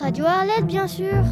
Radio Arlette, bien sûr.